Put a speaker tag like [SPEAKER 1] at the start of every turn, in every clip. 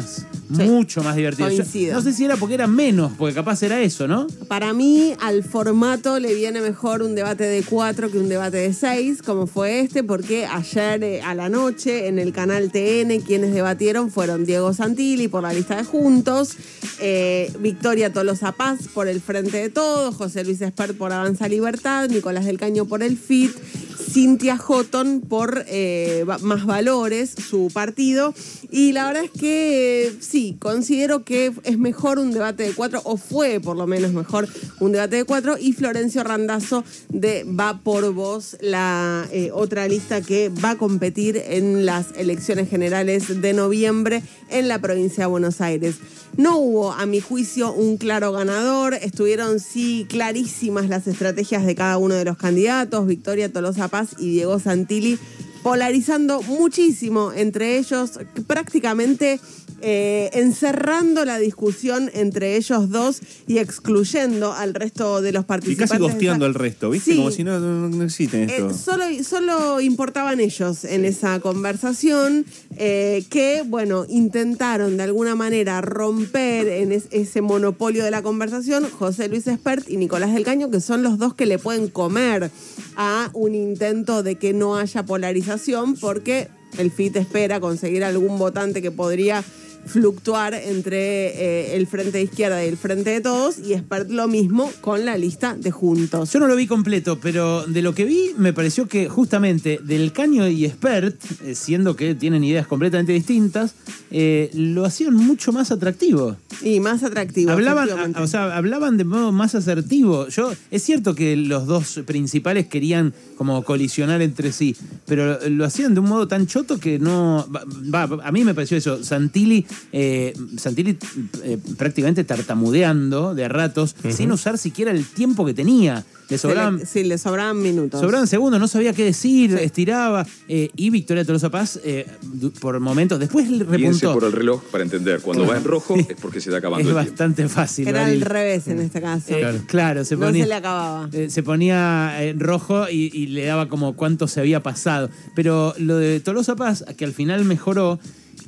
[SPEAKER 1] más, mucho más divertido. Yo-
[SPEAKER 2] Coincido.
[SPEAKER 1] no sé si era porque era menos, porque capaz era eso, ¿no?
[SPEAKER 2] Para mí, al formato le viene mejor un debate de cuatro que un debate de seis, como fue este, porque ayer eh, a la noche en el canal TN quienes debatieron fueron Diego Santilli por la lista de Juntos, eh, Victoria Tolosa Paz por el Frente de Todos, José Luis Espert por Avanza Libertad, Nicolás del Caño por el FIT, Cintia Houghton por eh, Va- Más Valores, su partido. Y la verdad es que eh, sí, considero que es mejor un debate de cuatro, o fue por lo menos mejor un debate de cuatro. Y Florencio Randazzo de Va por Vos, la eh, otra lista que va a competir en las elecciones generales de noviembre en la provincia de Buenos Aires. No hubo, a mi juicio, un claro ganador. Estuvieron, sí, clarísimas las estrategias de cada uno de los candidatos, Victoria Tolosa Paz y Diego Santilli, polarizando muchísimo entre ellos, prácticamente eh, encerrando la discusión entre ellos dos y excluyendo al resto de los
[SPEAKER 3] Y
[SPEAKER 2] participantes.
[SPEAKER 3] casi costeando
[SPEAKER 2] de
[SPEAKER 3] al
[SPEAKER 2] esa-
[SPEAKER 3] resto, ¿viste?
[SPEAKER 2] Sí.
[SPEAKER 3] Como si no, no, no existen
[SPEAKER 2] Eh,
[SPEAKER 3] esto.
[SPEAKER 2] solo, solo importaban ellos en esa conversación, eh, que, bueno, intentaron de alguna manera romper en es- ese monopolio de la conversación José Luis Espert y Nicolás del Caño, que son los dos que le pueden comer a un intento de que no haya polarización, porque el FIT espera conseguir algún votante que podría fluctuar entre eh, el frente de izquierda y el frente de todos, y Espert lo mismo con la lista de juntos.
[SPEAKER 1] Yo no lo vi completo, pero de lo que vi me pareció que justamente del Caño y Expert, eh, siendo que tienen ideas completamente distintas, eh, lo hacían mucho más atractivo.
[SPEAKER 2] Y más atractivo.
[SPEAKER 1] Hablaban,
[SPEAKER 2] efectivamente.
[SPEAKER 1] a- o sea, hablaban de modo más asertivo. Yo, es cierto que los dos principales querían como colisionar entre sí, pero lo hacían de un modo tan choto que no. va- va, a mí me pareció eso. Santilli, eh, Santilli eh, prácticamente tartamudeando de a ratos, sin usar siquiera el tiempo que tenía. Le
[SPEAKER 2] Se le-
[SPEAKER 1] sobraban
[SPEAKER 2] sí, le sobraban minutos.
[SPEAKER 1] Sobraban segundos, no sabía qué decir,
[SPEAKER 2] Sí.
[SPEAKER 1] estiraba. eh, y Victoria Tolosa Paz, eh, du- por momentos, después le
[SPEAKER 4] Piense
[SPEAKER 1] repuntó.
[SPEAKER 4] por el reloj para entender. Cuando va en rojo es porque se está
[SPEAKER 1] es
[SPEAKER 4] acabando el tiempo.
[SPEAKER 1] bastante fácil.
[SPEAKER 2] Era al
[SPEAKER 1] Baril.
[SPEAKER 2] revés en este caso.
[SPEAKER 1] Eh, claro. se
[SPEAKER 2] no
[SPEAKER 1] ponía,
[SPEAKER 2] se le acababa.
[SPEAKER 1] eh, se ponía en rojo y, y le daba como cuánto se había pasado. Pero lo de Tolosa Paz, que al final mejoró,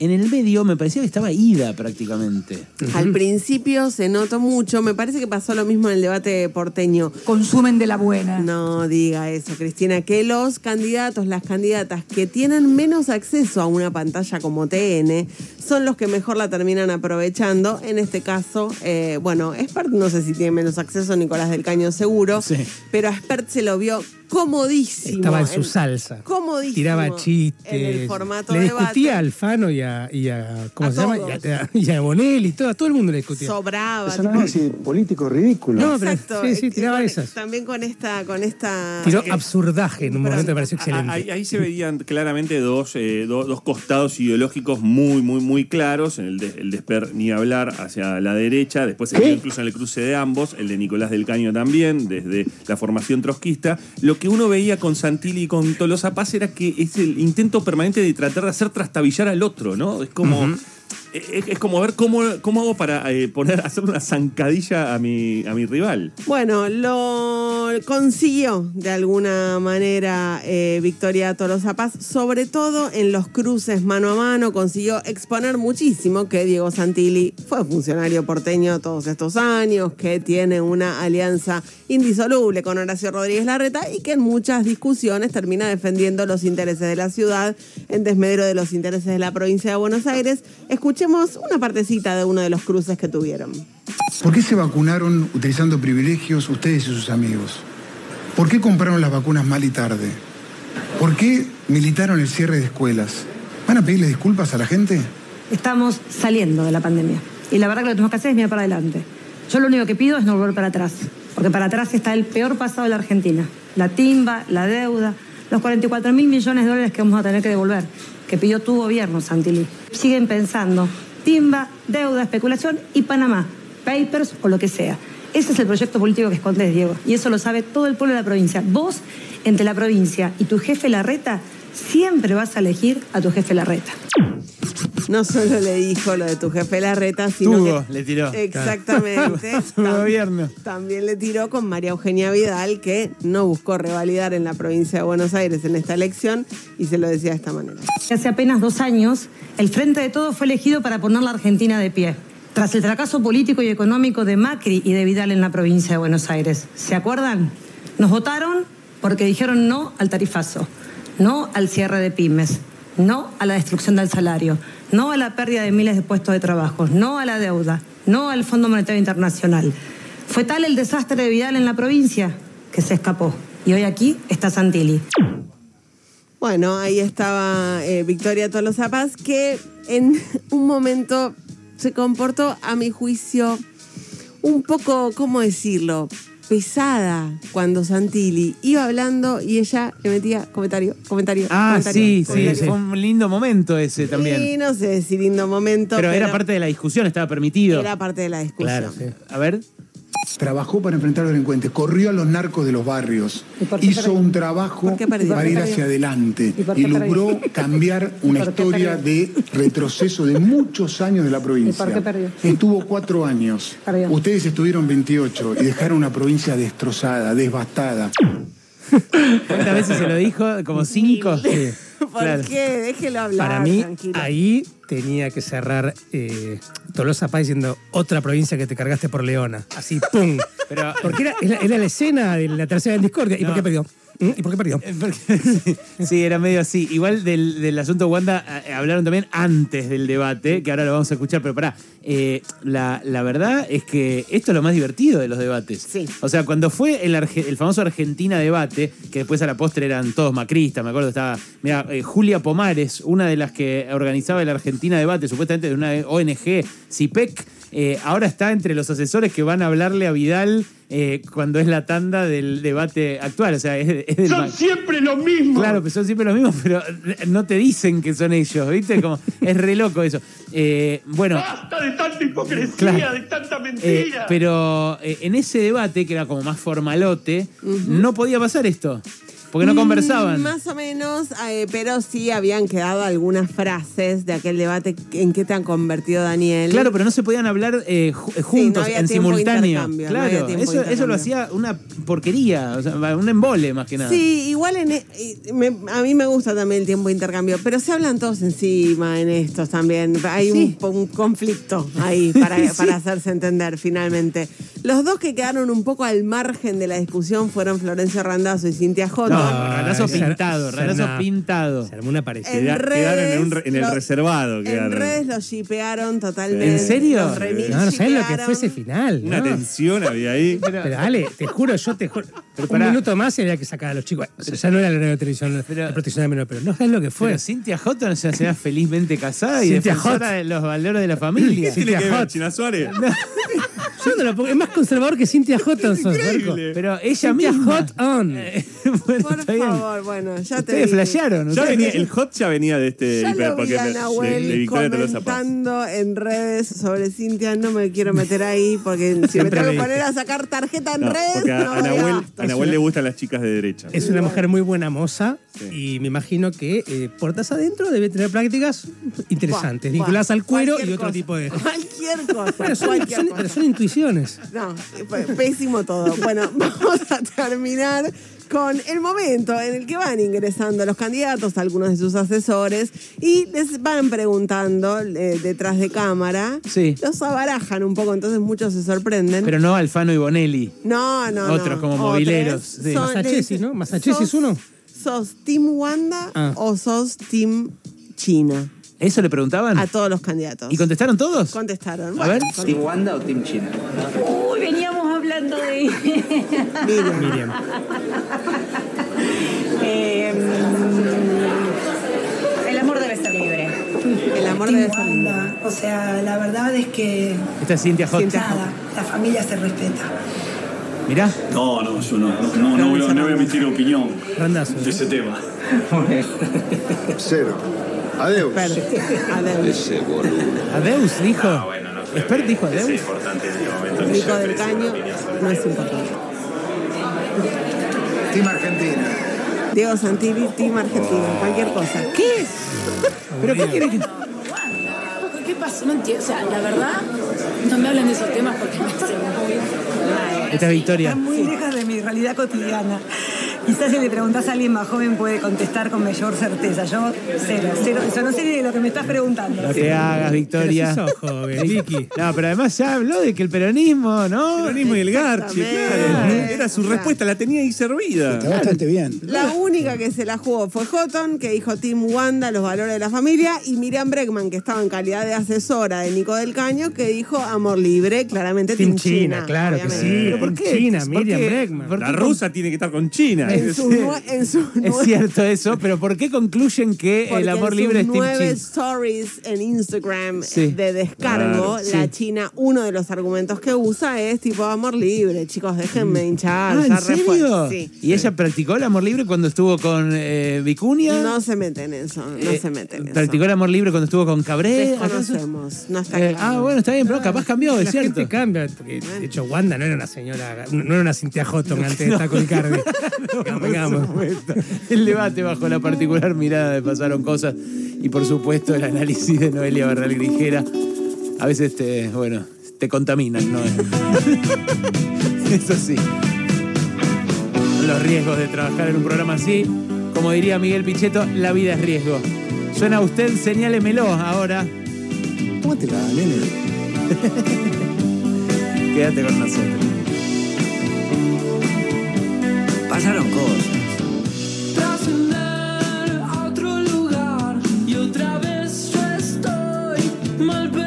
[SPEAKER 1] en el medio me parecía que estaba ida prácticamente.
[SPEAKER 2] Al principio se notó mucho. Me parece que pasó lo mismo en el debate porteño.
[SPEAKER 5] Consumen de la buena.
[SPEAKER 2] No diga eso, Cristina, que los candidatos, las candidatas que tienen menos acceso a una pantalla como TN son los que mejor la terminan aprovechando. En este caso, eh, bueno, Expert no sé si tiene menos acceso, Nicolás del Caño seguro,
[SPEAKER 1] Sí.
[SPEAKER 2] pero a Expert se lo vio comodísimo.
[SPEAKER 6] Estaba en su salsa.
[SPEAKER 2] Comodísimo.
[SPEAKER 6] Tiraba chistes.
[SPEAKER 2] En el formato
[SPEAKER 6] le
[SPEAKER 2] debate.
[SPEAKER 6] discutía a Alfano y a, y a- ¿cómo
[SPEAKER 2] A
[SPEAKER 6] se llama?
[SPEAKER 2] todos.
[SPEAKER 6] Y a, y a Bonelli, todo, a todo el mundo le discutía.
[SPEAKER 2] Sobraba.
[SPEAKER 7] Es un análisis político ridículo.
[SPEAKER 6] No, pero-
[SPEAKER 2] Exacto.
[SPEAKER 6] sí, sí,
[SPEAKER 2] Eh,
[SPEAKER 6] tiraba
[SPEAKER 2] con-
[SPEAKER 6] esas.
[SPEAKER 2] También con esta, con esta.
[SPEAKER 6] Tiró
[SPEAKER 2] eh,
[SPEAKER 6] absurdaje en un
[SPEAKER 2] pero-
[SPEAKER 6] momento, me pareció
[SPEAKER 3] Ah, Ahí,
[SPEAKER 6] excelente.
[SPEAKER 3] ahí se veían claramente dos, eh, do- dos costados ideológicos muy, muy, muy claros. En el de, el de Sper, ni hablar hacia la derecha. Después se vio incluso en el cruce de ambos, el de Nicolás del Caño también, desde la formación trotskista. Lo que uno veía con Santilli y con Tolosa Paz era que es el intento permanente de tratar de hacer trastabillar al otro, ¿no? Es como. e-, Es, es como ver cómo, cómo hago para eh, poner, hacer una zancadilla a mi, a mi rival.
[SPEAKER 2] Bueno, lo consiguió de alguna manera eh, Victoria Tolosa Paz, sobre todo en los cruces mano a mano, consiguió exponer muchísimo que Diego Santilli fue funcionario porteño todos estos años, que tiene una alianza indisoluble con Horacio Rodríguez Larreta y que en muchas discusiones termina defendiendo los intereses de la ciudad en desmedro de los intereses de la provincia de Buenos Aires. Escuchemos una partecita de uno de los cruces que tuvieron.
[SPEAKER 8] ¿Por qué se vacunaron utilizando privilegios ustedes y sus amigos? ¿Por qué compraron las vacunas mal y tarde? ¿Por qué militaron el cierre de escuelas? ¿Van a pedirle disculpas a la gente?
[SPEAKER 9] Estamos saliendo de la pandemia. Y la verdad que lo que tenemos que hacer es mirar para adelante. Yo lo único que pido es no volver para atrás. Porque para atrás está el peor pasado de la Argentina. La timba, la deuda, los 44 mil millones de dólares que vamos a tener que devolver, que pidió tu gobierno, Santilli. Siguen pensando timba, deuda, especulación y Panamá, papers o lo que sea. Ese es el proyecto político que escondes, Diego. Y eso lo sabe todo el pueblo de la provincia. Vos, entre la provincia y tu jefe Larreta, siempre vas a elegir a tu jefe Larreta.
[SPEAKER 2] No solo le dijo lo de tu jefe Larreta, sino
[SPEAKER 1] Tuvo,
[SPEAKER 2] que-
[SPEAKER 1] le tiró.
[SPEAKER 2] Exactamente.
[SPEAKER 1] Su gobierno.
[SPEAKER 2] También le tiró con María Eugenia Vidal, que no buscó revalidar en la provincia de Buenos Aires en esta elección y se lo decía de esta manera.
[SPEAKER 9] Hace apenas dos años, el Frente de Todos fue elegido para poner la Argentina de pie, tras el fracaso político y económico de Macri y de Vidal en la provincia de Buenos Aires. ¿Se acuerdan? Nos votaron porque dijeron no al tarifazo, no al cierre de pymes, no a la destrucción del salario, no a la pérdida de miles de puestos de trabajo, no a la deuda, no al Fondo Monetario Internacional. Fue tal el desastre de Vidal en la provincia que se escapó. Y hoy aquí está Santilli.
[SPEAKER 2] Bueno, ahí estaba eh, Victoria Tolosa Paz, que en un momento se comportó, a mi juicio, un poco, ¿cómo decirlo? Pesada cuando Santilli iba hablando y ella le metía comentario, comentario.
[SPEAKER 1] Ah,
[SPEAKER 2] comentario,
[SPEAKER 1] sí, sí,
[SPEAKER 2] comentario.
[SPEAKER 1] fue un lindo momento ese también.
[SPEAKER 2] Y no sé si lindo momento.
[SPEAKER 1] pero, era parte de la discusión, estaba permitido.
[SPEAKER 2] era parte de la discusión.
[SPEAKER 6] Claro, sí.
[SPEAKER 1] A ver.
[SPEAKER 8] Trabajó para enfrentar a los delincuentes, corrió a los narcos de los barrios,
[SPEAKER 9] ¿Y por qué
[SPEAKER 8] hizo
[SPEAKER 9] perdió?
[SPEAKER 8] un trabajo
[SPEAKER 2] ¿Por qué perdió?
[SPEAKER 8] para ir
[SPEAKER 2] ¿Por qué
[SPEAKER 8] hacia adelante
[SPEAKER 9] ¿Y por
[SPEAKER 8] y
[SPEAKER 9] qué perdió?
[SPEAKER 8] logró cambiar una
[SPEAKER 9] ¿Y por qué
[SPEAKER 8] historia de retroceso de muchos años de la provincia.
[SPEAKER 9] ¿Y por qué perdió?
[SPEAKER 8] Estuvo cuatro años.
[SPEAKER 9] Perdió.
[SPEAKER 8] Ustedes estuvieron 28 y dejaron una provincia destrozada, devastada.
[SPEAKER 1] ¿Cuántas veces se lo dijo? ¿Como cinco? Sí.
[SPEAKER 2] ¿Por
[SPEAKER 1] Claro.
[SPEAKER 2] qué? Déjelo hablar.
[SPEAKER 6] Para mí,
[SPEAKER 2] tranquilo.
[SPEAKER 6] ahí tenía que cerrar eh, Tolosa Paz diciendo otra provincia que te cargaste por Leona. Así, ¡pum!
[SPEAKER 1] Pero-
[SPEAKER 6] Porque era, era- era la escena de la tercera en discordia. ¿Y
[SPEAKER 1] No.
[SPEAKER 6] por qué perdió? ¿Mm? ¿Y por qué perdió?
[SPEAKER 1] Eh, porque- sí, sí, era medio así. Igual del, del asunto Wanda eh, hablaron también antes del debate, que ahora lo vamos a escuchar, pero pará, eh, la, la verdad es que esto es lo más divertido de los debates.
[SPEAKER 2] Sí.
[SPEAKER 1] O sea, cuando fue el, Arge- el famoso Argentina debate, que después a la postre eran todos macristas, me acuerdo, estaba, mira, Julia Pomares, una de las que organizaba el Argentina debate, supuestamente de una ONG, CIPEC, eh, ahora está entre los asesores que van a hablarle a Vidal eh, cuando es la tanda del debate actual. O sea, es, es del ma-
[SPEAKER 5] siempre lo mismo.
[SPEAKER 1] Claro, pero son siempre los mismos, pero no te dicen que son ellos, ¿viste? Como, es re loco eso. Eh, bueno,
[SPEAKER 2] Ah,
[SPEAKER 5] Basta de tanta hipocresía,
[SPEAKER 1] Claro.
[SPEAKER 5] de tanta
[SPEAKER 1] eh,
[SPEAKER 5] mentira.
[SPEAKER 1] pero eh, en ese debate, que era como más formalote, no podía pasar esto, porque no conversaban.
[SPEAKER 2] Mm, Más o menos, eh, pero sí habían quedado algunas frases de aquel debate en que te han convertido Daniel.
[SPEAKER 1] Claro, pero no se podían hablar eh, ju- juntos,
[SPEAKER 2] había
[SPEAKER 1] en
[SPEAKER 2] tiempo de
[SPEAKER 1] simultáneo.
[SPEAKER 2] intercambio, no había
[SPEAKER 1] Claro,
[SPEAKER 2] tiempo de
[SPEAKER 1] eso, eso lo
[SPEAKER 2] intercambio.
[SPEAKER 1] hacía una porquería, o sea, un embole más que nada.
[SPEAKER 2] Sí, igual en, e- y me- a mí me gusta también el tiempo de intercambio, pero se hablan todos encima en estos también. Hay un, po- un conflicto ahí para, para hacerse entender finalmente. Los dos que quedaron un poco al margen de la discusión fueron Florencio Randazzo y Cintia Jotto.
[SPEAKER 1] No, ranazo
[SPEAKER 6] Ay, se-
[SPEAKER 1] pintado,
[SPEAKER 6] se
[SPEAKER 1] ranazo
[SPEAKER 6] arma-
[SPEAKER 1] pintado.
[SPEAKER 6] Se armó una parecida.
[SPEAKER 2] en
[SPEAKER 3] Queda- quedaron en, un re- en el
[SPEAKER 2] lo-
[SPEAKER 3] reservado.
[SPEAKER 2] En
[SPEAKER 3] Quedaron.
[SPEAKER 2] redes los shipearon totalmente.
[SPEAKER 1] ¿En serio?
[SPEAKER 2] Los remil
[SPEAKER 6] No, no sabes lo que
[SPEAKER 2] shippearon.
[SPEAKER 6] fue ese final.
[SPEAKER 3] Una
[SPEAKER 6] ¿no?
[SPEAKER 3] tensión había ahí.
[SPEAKER 6] Pero Ale, te juro, yo te juro. un
[SPEAKER 1] pará.
[SPEAKER 6] minuto más y había que sacar a los chicos. O sea, ya no era la nueva televisión,
[SPEAKER 1] Pero-
[SPEAKER 6] la protección de menor, pero no sabes lo que fue.
[SPEAKER 1] Pero Cintia Houghton es una señora felizmente casada y
[SPEAKER 6] Cynthia
[SPEAKER 1] defensora
[SPEAKER 6] Houghton.
[SPEAKER 1] de los valores de la familia.
[SPEAKER 6] Sí.
[SPEAKER 3] ¿Tiene
[SPEAKER 6] Cintia
[SPEAKER 3] que ver
[SPEAKER 6] Hot.
[SPEAKER 3] China Suárez?
[SPEAKER 6] Yo no lo pongo- Es más conservador que Cynthia Houghton, sos, Marco.
[SPEAKER 3] Increíble.
[SPEAKER 1] Pero ella
[SPEAKER 6] Cynthia
[SPEAKER 1] misma.
[SPEAKER 6] Hot On.
[SPEAKER 1] bueno,
[SPEAKER 2] Por
[SPEAKER 1] está bien.
[SPEAKER 2] favor, bueno, ya te
[SPEAKER 1] Ustedes
[SPEAKER 2] vi.
[SPEAKER 1] flashearon.
[SPEAKER 3] Ya
[SPEAKER 1] ustedes-
[SPEAKER 3] venía, el hot ya venía de este
[SPEAKER 2] Ya
[SPEAKER 3] hiper,
[SPEAKER 2] lo vi
[SPEAKER 3] porque
[SPEAKER 2] a
[SPEAKER 3] me- de, de
[SPEAKER 2] Nahuel
[SPEAKER 3] Victoria Tolosa Paz.
[SPEAKER 2] comentando en redes sobre Cintia. No me quiero meter ahí porque si me
[SPEAKER 6] Siempre
[SPEAKER 2] tengo que
[SPEAKER 6] le
[SPEAKER 2] poner a sacar tarjeta en
[SPEAKER 3] No,
[SPEAKER 2] redes,
[SPEAKER 3] porque a,
[SPEAKER 2] no
[SPEAKER 3] a
[SPEAKER 2] voy a-
[SPEAKER 3] Nahuel, a Nahuel le gustan las chicas de derecha.
[SPEAKER 6] Es una mujer muy buena moza
[SPEAKER 3] Sí.
[SPEAKER 6] y me imagino que eh, puertas adentro debe tener prácticas interesantes,
[SPEAKER 2] Buah,
[SPEAKER 6] vinculadas
[SPEAKER 2] buah,
[SPEAKER 6] al cuero
[SPEAKER 2] cualquier
[SPEAKER 6] y otro
[SPEAKER 2] cosa.
[SPEAKER 6] tipo de...
[SPEAKER 2] Cualquier cosa.
[SPEAKER 6] Bueno, son,
[SPEAKER 2] cualquier
[SPEAKER 6] son-
[SPEAKER 2] cosa.
[SPEAKER 6] pero son intuiciones.
[SPEAKER 2] No, p- pésimo todo. Bueno, vamos a terminar con el momento en el que van ingresando los candidatos, algunos de sus asesores, y les van preguntando eh, detrás de cámara.
[SPEAKER 1] Sí.
[SPEAKER 2] Los abarajan un poco, entonces muchos se sorprenden.
[SPEAKER 1] Pero no Alfano y Bonelli.
[SPEAKER 2] no, no, no.
[SPEAKER 1] Otros como mobileros, sí.
[SPEAKER 6] Masachesi,
[SPEAKER 2] le dicen,
[SPEAKER 6] ¿no? Masachesi es uno.
[SPEAKER 2] ¿Sos Team Wanda
[SPEAKER 6] Ah.
[SPEAKER 2] o sos Team China?
[SPEAKER 1] ¿Eso le preguntaban?
[SPEAKER 2] A todos los candidatos.
[SPEAKER 1] ¿Y contestaron todos?
[SPEAKER 2] Contestaron.
[SPEAKER 1] A ver.
[SPEAKER 10] ¿Team Wanda o Team China?
[SPEAKER 9] Uy, veníamos hablando de...
[SPEAKER 2] Miriam.
[SPEAKER 6] Miriam.
[SPEAKER 9] Eh,
[SPEAKER 11] Em,
[SPEAKER 9] mm, el amor debe ser libre.
[SPEAKER 2] El amor debe ser libre.
[SPEAKER 9] O sea, la verdad es que
[SPEAKER 1] Esta es Cintia Hot.
[SPEAKER 2] Cynthia
[SPEAKER 9] nada, la familia se respeta.
[SPEAKER 1] Mirá.
[SPEAKER 5] No, no, yo no. No, no, voy, a- no voy a emitir opinión
[SPEAKER 6] Randazo.
[SPEAKER 5] de ese tema.
[SPEAKER 7] Cero. Adiós.
[SPEAKER 2] Expert. Adeus.
[SPEAKER 4] Ese boludo.
[SPEAKER 1] Adeus dijo. Expert dijo
[SPEAKER 5] Es
[SPEAKER 1] Adeus.
[SPEAKER 5] importante en el momento que
[SPEAKER 2] Nico
[SPEAKER 5] yo
[SPEAKER 2] del
[SPEAKER 5] expreso mi
[SPEAKER 2] Caño
[SPEAKER 5] opinión sobre
[SPEAKER 2] no es importante.
[SPEAKER 7] Team Argentina.
[SPEAKER 2] Diego Santilli, Team Argentina, cualquier cosa. ¿Qué?
[SPEAKER 1] ¿Pero qué quiere que.?
[SPEAKER 10] pasa? No entiendo. O sea, la verdad, no me hablen de esos temas porque me hacen muy mal.
[SPEAKER 1] Esta es Victoria.
[SPEAKER 11] Están muy lejos de mi realidad cotidiana. Quizás si le preguntás a alguien más joven puede contestar con mayor certeza. Yo, cero, cero. Eso no sé ni de lo que me estás preguntando.
[SPEAKER 1] No te hagas, Victoria.
[SPEAKER 6] Pero sí sos joven, Vicky.
[SPEAKER 1] No, pero además ya habló de que el peronismo, ¿no? El
[SPEAKER 3] peronismo y el garche, claro. Era su respuesta, la tenía ahí servida.
[SPEAKER 12] Está bastante bien.
[SPEAKER 2] La única que se la jugó fue Houghton, que dijo Tim Wanda, los valores de la familia, y Miriam Bregman, que estaba en calidad de asesora de Nico del Caño, que dijo Amor Libre, claramente Tim,
[SPEAKER 6] Team China, claro que sí.
[SPEAKER 1] ¿Pero por qué?
[SPEAKER 6] China,
[SPEAKER 1] ¿Por
[SPEAKER 6] Miriam
[SPEAKER 1] qué?
[SPEAKER 6] Bregman.
[SPEAKER 1] ¿Por
[SPEAKER 3] La
[SPEAKER 1] qué
[SPEAKER 3] rusa tiene que estar con China.
[SPEAKER 2] En su, nue- en su
[SPEAKER 1] Es
[SPEAKER 2] nue-
[SPEAKER 1] cierto eso, pero ¿por qué concluyen que
[SPEAKER 2] porque
[SPEAKER 1] el amor
[SPEAKER 2] en
[SPEAKER 1] libre es
[SPEAKER 2] sus
[SPEAKER 1] Tim
[SPEAKER 2] nueve
[SPEAKER 1] Chin?
[SPEAKER 2] stories en Instagram
[SPEAKER 1] Sí.
[SPEAKER 2] de
[SPEAKER 1] Claro,
[SPEAKER 2] descargo, la
[SPEAKER 1] sí.
[SPEAKER 2] China, uno de los argumentos que usa es tipo amor libre, chicos, déjenme hinchar.
[SPEAKER 1] Ah, ¿en
[SPEAKER 2] ya re fue.
[SPEAKER 1] serio?
[SPEAKER 2] Sí.
[SPEAKER 1] ¿Y ella practicó el amor libre cuando estuvo con eh, Vicuña?
[SPEAKER 2] No se meten en eso, no
[SPEAKER 1] Eh,
[SPEAKER 2] se meten en eso.
[SPEAKER 1] ¿Practicó el amor libre cuando estuvo con Cabré?
[SPEAKER 2] Desconocemos, no está
[SPEAKER 1] Eh,
[SPEAKER 2] claro.
[SPEAKER 1] ah, bueno, está bien, pero capaz cambió, es
[SPEAKER 6] La
[SPEAKER 1] cierto.
[SPEAKER 6] gente cambia. porque, de hecho, Wanda no era una señora, no era una Cintia Houghton antes de estar con Icardi.
[SPEAKER 1] Por
[SPEAKER 6] Vengamos.
[SPEAKER 1] supuesto. El debate bajo la particular mirada de pasaron cosas y por supuesto el análisis de Noelia Barral Grijera. A veces te, bueno, te contaminan, ¿no? Eso sí. Los riesgos de trabajar en un programa así, como diría Miguel Pichetto, la vida es riesgo. Suena usted, señálemelo ahora.
[SPEAKER 12] Tómatela, nene.
[SPEAKER 1] Quédate con nosotros.
[SPEAKER 13] Pasaron cosas.
[SPEAKER 5] Trascender a otro lugar y otra vez yo estoy mal